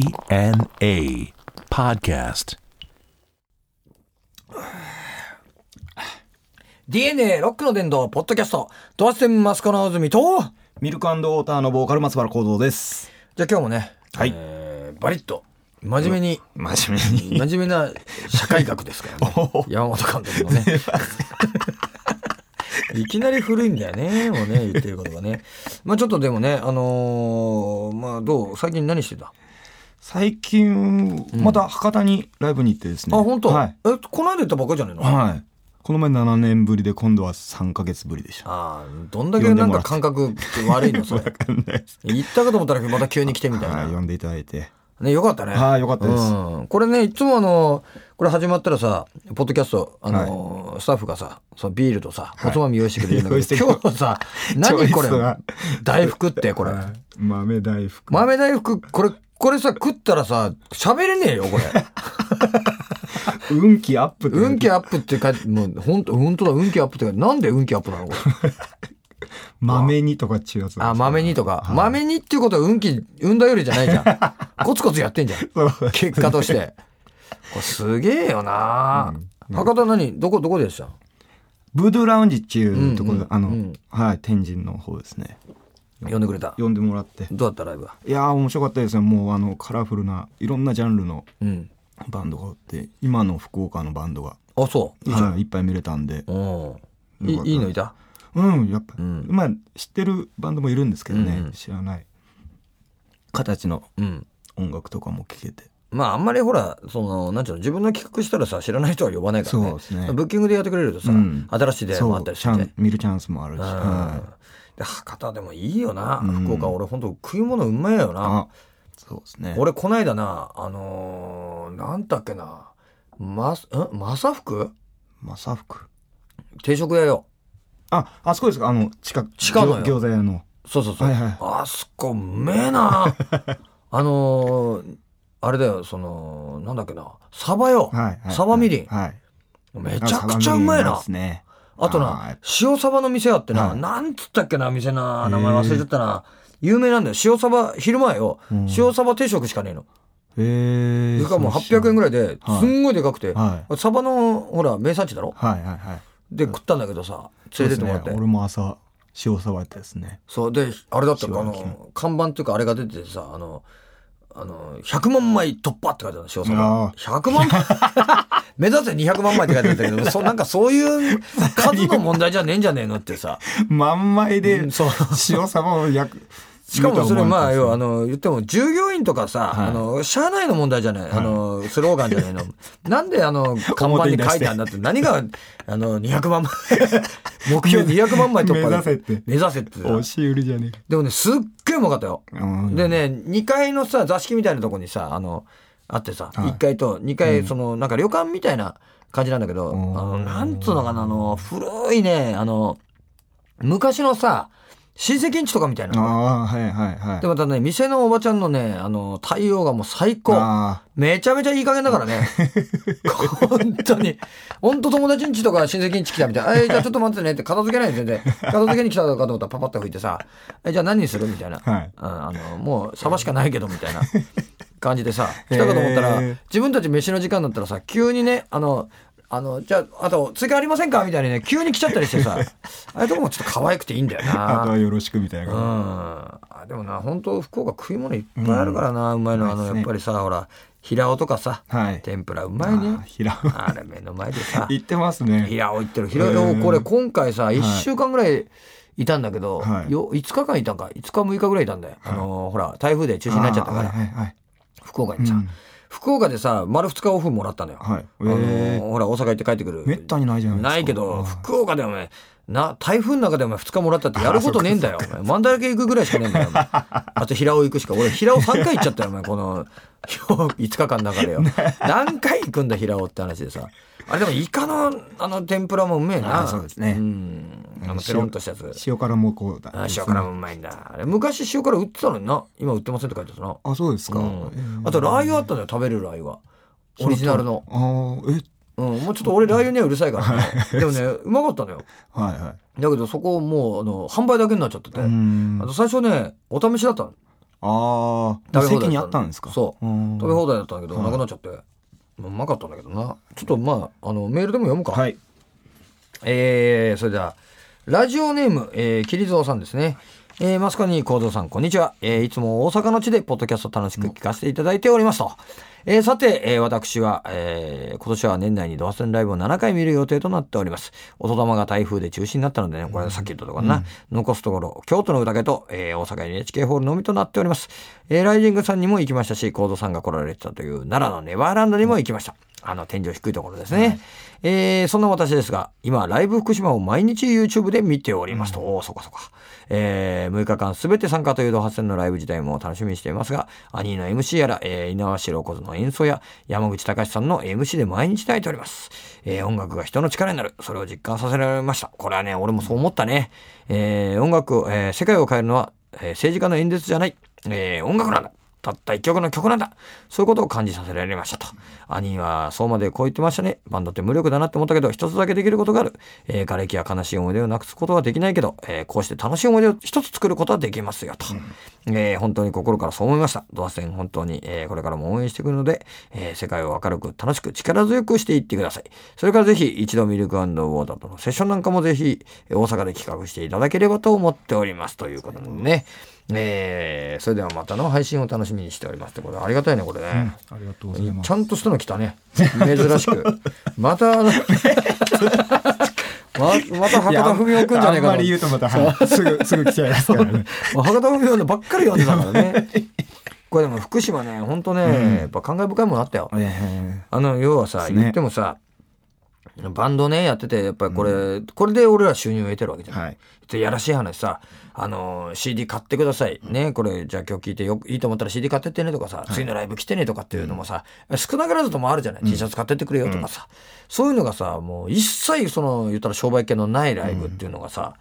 DNA Podcast. DNA ロックの伝道ポッドキャストドアステンマスコのズミとじゃミルクウォーターのボーカル松原幸三です。あ今日もね、はい。えーバリッと真面目に、真面目に。 真面目な社会学ですから ね山本監督のねいきなり古いんだよねもうね言ってることがねまあちょっとでもねあのーまあどう最近何してた、最近、また博多にライブに行ってですね。あ本当、はい。えこの間言ったばっかじゃないの、はい。この前7年ぶりで、今度は3ヶ月ぶりでした。ああどんだけなんか感覚悪いの それ行ったかと思ったらまた急に来てみたいな、はい。呼んでいただいて。ね、よかったね。はいよかったですうんこれね、いつもあの、これ始まったらさ、ポッドキャスト、あの、スタッフがさ、そのビールとさ、おつまみ用意してくれるんだ用け意してど、くれる今日さ、チョイ何スこれが大福って、これ。豆大福。豆大福、これ、これさ、食ったらさ、喋れねえよ、こ れ。運気アップって運気アップって書いて、もう、ほんと、ほんとだ、運気アップって書いて、なんで運気アップな のこれ。豆にとか違うやつ。あ、豆にとか。豆にっていうことは運気、運だよりじゃないじゃ ん。コツコツやってんじゃん。そう。結果として。これすげえよな、博多何どこ、どこでしたブードゥーラウンジっていうところで、あうのん、はい、天神の方ですね。呼んでくれた。呼んでもらって。どうだったライブは。いやー、面白かったですね。もう、あの、カラフルな、いろんなジャンルのうん。バンドがおって、今の福岡のバンドが、あ、そはいいっぱい見れたんでう。、およいかったいいのいたうん、やっぱ、うんまあ、知ってるバンドもいるんですけどね、うんうん知らない形のうん。音楽とかも聴けて。まああんまりほら、その、なんちゅうの、自分の企画したらさ、知らない人は呼ばないからね。そうですねブッキングでやってくれるとさ、うん新しい出会いもあったりしてチャねン。見るチャンスもあるし。うんはいで博多でもいいよな、うん福岡俺ほんと食い物うまいよなあ、そうですね。俺こないだなあのー、なんだっけなまん正福まさふく。定食屋よあ、あそこですかあの、近く、近のよ餃餃子屋の。そうそうそう。はいはいあそこ、うめえ な。あのーあれだよ、その、なんだっけな、サバよ。はい、はい。サバみりん。はい。めちゃくちゃうまいあサバみりんなです。ね。あとあなー、塩サバの店あってな、はいなんつったっけな、店な、名前忘れちゃったな。有名なんだよ。塩サバ、昼前よ。うん塩サバ定食しかねえの。へえ。でかもう800円ぐらい。らいで、はいすんごいでかくて、はいサバの、ほら、名産地だろはいはいはい。で、食ったんだけどさ、連れてってもらって。そうですね俺も朝、塩サバやったですね。そうであれだった一かあ番大きいの看板っていうかあれが出ててさあのあの100万枚突破って書いてあるの塩さんがあ100万 枚目指せ200万枚って書いてあったけどそうなんかそういう数の問題じゃねえんじゃねえのってさ 満枚でそう塩サバを焼く。 しかもそれまあ要はあの、の言っても従業員とかさ、はいあの社内の問題じゃない、あのスローガンじゃないのなんであ の看板に書いてあるんだって何があの200万枚目標200万枚突破目指せって目指せってさ押し売りじゃねでもねすっげえうまかったよえか。うんでね、2階のさ、座敷みたいなとこにさ、あの、あってさ、はい1階と2階、その、なんか旅館みたいな感じなんだけど、あんの、なんつうのかな、あの、古いね、あの、昔のさ、親戚んちとかみたいあな。あ、はいはいはい。で、またね、店のおばちゃんのね、あの、対応がもう最高。あめちゃめちゃいい加減だからね。本当に。本当友達んちとか親戚んち来たみたいな。えじゃあちょっと待ってねって片付けないんですよね。片付けに来たのかと思ったらパパッと拭いてさ、えじゃあ何にするみたいな。あ、はい。うんあのもうサバしかないけどみたいな感じでさ来たかと思ったら へー自分たち飯の時間になったらさ急にねあのあのじゃああと追加ありませんかみたいにね急に来ちゃったりしてさああいうとこもちょっと可愛くていいんだよあとな。はよろしくみたいうん、な。あでもな本当福岡食い物いっぱいあるからな、うまいのあうまいっすのねやっぱりさほら平尾とかさ、はい天ぷらうまいあね平尾あれ目の前でさ 言ってますね。平尾行ってる平尾これ今回さ1週間ぐらいいたんだけど、はいよ5日間いたんか5日6日ぐらいいたんだよ、あのーほら台風で中止になっちゃったから、あーはいはい福岡にさ、うん福岡でさ丸2日オフもらったのよ、はい。はい。あのーえーほら大阪行って帰ってくるめったにないじゃないですか。ないけどあー福岡でお前な台風の中でお前2日もらったってやることねえんだよお前万だらけ行くぐらいしかねえんだよお 前あと平尾行くしか俺平尾3回行っちゃったよお前この 5日間の中でよ何回行くんだ平尾って話でさあれでもイカのあの天ぷらもうめえなあそうですねんあのペロンとしたやつ塩辛もこうだ。あ塩辛もうまいんだあれ昔塩辛売ってたのにな今売ってませんって書いてたなあ、そうですか。うんえーあとラー油あったんだよ食べるラー油がオリジナルの、ああ、え、うん、もうちょっと俺ラー油にはうるさいから ね、でもねうまかったのよはいはだけどそこもうあの販売だけになっちゃってて、い。うーんあと最初ねお試しだったのああ食べ放題だ席にあったんですかそううん食べ放題だったんだけどなくなっちゃって、まあうまかったんだけどなちょっとまああのメールでも読むか、はいえー、それではラジオネーム、えー、キリゾウさんですね、えー、マスカニー幸三さんこんにちは、えーいつも大阪の地でポッドキャスト楽しく聞かせていただいておりますと、えーさて、えー私は、えー今年は年内にドアスンライブを7回見る予定となっておりますおと玉が台風で中止になったのでねこれさっき言ったところな、残すところ京都の宴と、えー大阪 NHK ホールのみとなっております、えーライジングさんにも行きましたし幸三さんが来られてたという奈良のネバーランドにも行きました、あの天井低いところですね、えーそんな私ですが今ライブ福島を毎日 YouTube で見ておりますと、おおそこそこ、えー6日間全て参加というドハツンのライブ自体も楽しみにしていますが兄の MC やら、えー、猪苗代小津の演奏や山口隆さんの MC で毎日耐えております、えー音楽が人の力になるそれを実感させられましたこれはね俺もそう思ったね、えー音楽を、えー世界を変えるのは、えー政治家の演説じゃない、えー音楽なんだたった一曲の曲なんだそういうことを感じさせられましたと。兄はそうまでこう言ってましたね。バンドって無力だなって思ったけど、一つだけできることがある。えー、瓦礫や悲しい思い出をなくすことはできないけど、えーこうして楽しい思い出を一つ作ることはできますよと。えー本当に心からそう思いました。ドア戦本当に、えーこれからも応援してくるので、えー世界を明るく楽しく力強くしていってください。それからぜひ一度ミルクウォーターとのセッションなんかもぜひえー大阪で企画していただければと思っておりますということでね。えーそれではまたの配信を楽しみにしておりますってことでありがたいねこれね、ありがとうございまちすゃんとしたの来たね珍し くまたあの ままた博多文雄くんじゃないかと思ってあんまり言うとまたはいすぐすぐ来ちゃいますからねまあ博多文雄のばっかり読んでたから ねこれでも福島ね本当ね、やっぱ感慨深いものあったよえあの要はさ、すね言ってもさバンドねやっててやっぱりこれ、これで俺ら収入を得てるわけじえゃん、はいでやらしい話さ、あのー CD 買ってください。ね、これ、じゃあ今日聞いてよいいと思ったら CD 買ってってねとかさ、次のライブ来てねとかっていうのもさ、少なからずともあるじゃない、?T シャツ買ってってくれよとかさ、そういうのがさ、もう一切その、言ったら商売系のないライブっていうのがさ、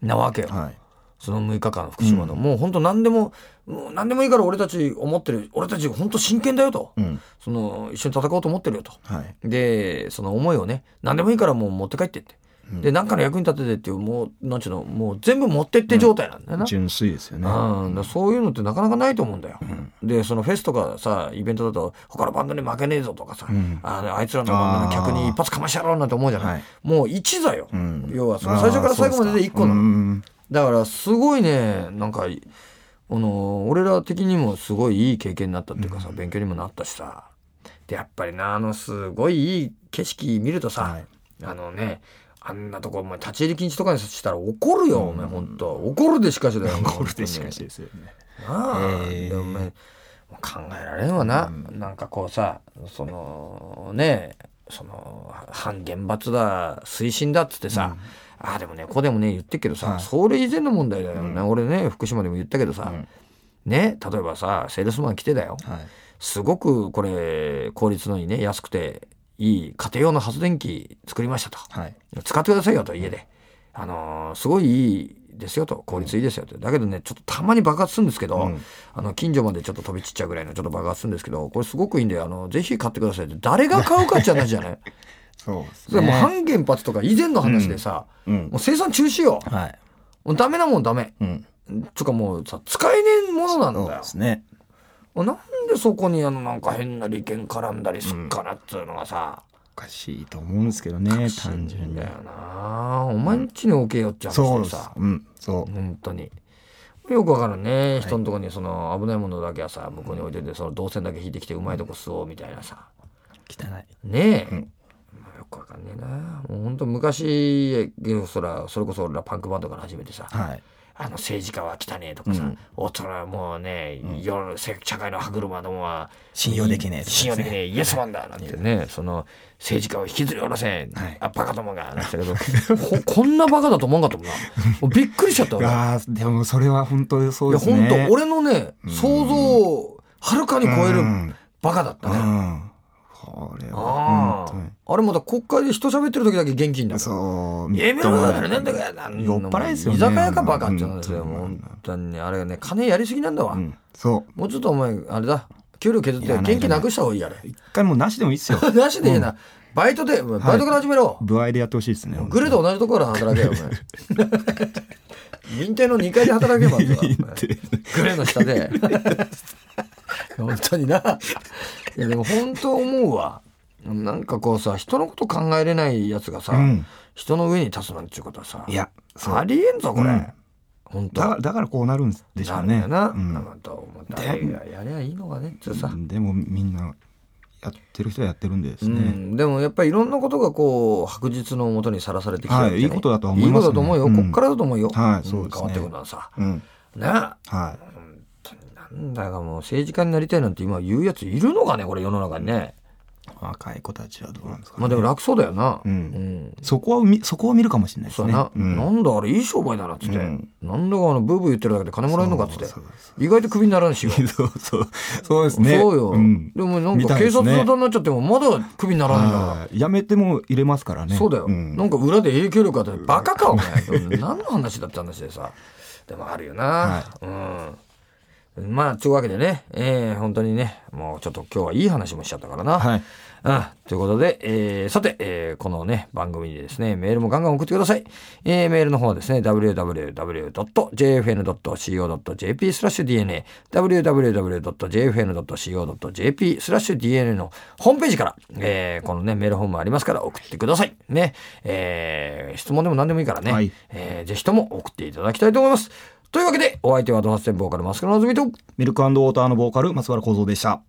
なわけよ。はいその6日間福島の、もう本当何でも、もう何でもいいから俺たち思ってる、俺たち本当真剣だよと。うんその、一緒に戦おうと思ってるよと。はいで、その思いをね、何でもいいからもう持って帰ってって。で、何かの役に立ててっていう、もう、なんちゅうの、もう全部持ってって状態なんだよな。純粋ですよねうん、だからそういうのってなかなかないと思うんだよ。で、そのフェスとかさ、イベントだと、他のバンドに負けねえぞとかさ、あのあいつらのバンドの客に一発かましてやろうなんて思うじゃない。はいもう一座よ。ん要はその最初から最後までで一個なの。のだからすごいねなんかあの俺ら的にもすごいいい経験になったっていうかさ、勉強にもなったしさでやっぱりなあのすごいいい景色見るとさ、はいあのねあんなとこお前立ち入り禁止とかにしたら怒るよ、お前ほんと怒るでしかしだ よゴールでしかしですよねなあ、えでーもねもう考えられんわな、なんかこうさそのねその反原発だ推進だっつってさ、ああでもねこうでもね言ってっけどさ、はいそれ以前の問題だよね、俺ね福島でも言ったけどさ、ね例えばさセールスマン来てだよ、はいすごくこれ効率のいいね安くていい家庭用の発電機作りましたと。はい使ってくださいよと家で、あのーすごいいいですよと効率いいですよと、だけどねちょっとたまに爆発するんですけど、あの近所までちょっと飛び散っちゃうぐらいのちょっと爆発するんですけどこれすごくいいんであのぜひ買ってくださいって誰が買うかって話 じゃないそうですそれもうね反原発とか以前の話でさ、うんもう生産中止よはいもうダメなもんダメうんつうかもうさ使えねえものなんそうだよですねなんでそこにあのなんか変な利権絡んだりすっかなっつうのがさ、おかしいと思うんですけどね単純にだよなお前んちに置けよっちゃうそう話でですさうんそう本当によくわからんね人のとこにその危ないものだけはさ向こうに置いててその導線だけ引いてきてうまいとこ吸おうみたいなさ汚いねえ、まあよくわかんねえなもうほんと昔そらそれこそ俺らパンクバンドから始めてさ、はいあの政治家は汚ねえとかさ、大人はもうね、世社会の歯車どもは信用できねえとかです信ね用できねえイエスマンだなんてねその政治家を引きずり下ろせん、あバカどもがなんて言ったけどここんなバカだと思わんかったもんなもうびっくりしちゃった俺あーでもそれは本当そういでやすね本当俺のね想像をはるかに超えるうんバカだったね。うんこれはあ本当にああれもだ国会で人喋ってる時だけ現金だから。そうみえっめともろなだいなんだかやなん酔っ払いですよね居酒屋かバカって言うんですよ。うんもう本当にねあれね金やりすぎなんだわう。んそうもうちょっとお前あれだ給料削って現金なくした方がいいやれ。 一回もうなしでもいいっすよなしでいいな。バイトでバイトから始めろ。部合でやってほしいですねグレと同じところから働けよお前。民邸の2階で働けばいいんだからお前てグレーの下で。本当にな。いやでも本当思うわ。なんかこうさ、人のこと考えれないやつがさ、うん人の上に立つなんていうことはさ、いやそうありえんぞ、これ。うん本当だからだからこうなるんでしょうなんだねよな。うんなんか思ったややりゃいいのかねってさ。でもみんなやってる人はやってるんですうね、ん、でもやっぱりいろんなことがこう白日のもとにさらされてきてはいいいことだと思いますいねことだと思うよ、うんこっからだと思うよ、はいそうです変ねわってくるのはさうんなあはいなんだかもう政治家になりたいなんて今言うやついるのかねこれ世の中にね若い子たちはどうなんですか、ねまあでも楽そうだよなうんんそこはみそこを見るかもしれないでそすうねやな、んなんだあれいい商売だなっつって、うんなんだかあのブーブー言ってるだけで金もらえるのかっつってそうそうそ意外とクビにならん しよそうそうそうですねそうよ、んでもなんみたかいで警す察ね沙汰になっちゃってもまだクビにならないんだからはいやめても入れますからねそうだよ、んなんか裏で影響力あったらバカかお前何の話だって話でさでもあるよな、うんまあというわけでね、えー、本当にねもうちょっと今日はいい話もしちゃったからな、はいうん、ということで、えーさて、えーこのね、番組にですね、メールもガンガン送ってください。えーメールの方はですね、www.jfn.co.jp スラッシュ DNA、www.jfn.co.jp スラッシュ DNA のホームページから、えーこのね、メールフォームありますから送ってください。ね、えー質問でも何でもいいからね、はいえーぜひとも送っていただきたいと思います。というわけで、お相手はドハステンボーカルマスクののぞみと、ミルクウォーターのボーカル松原幸三でした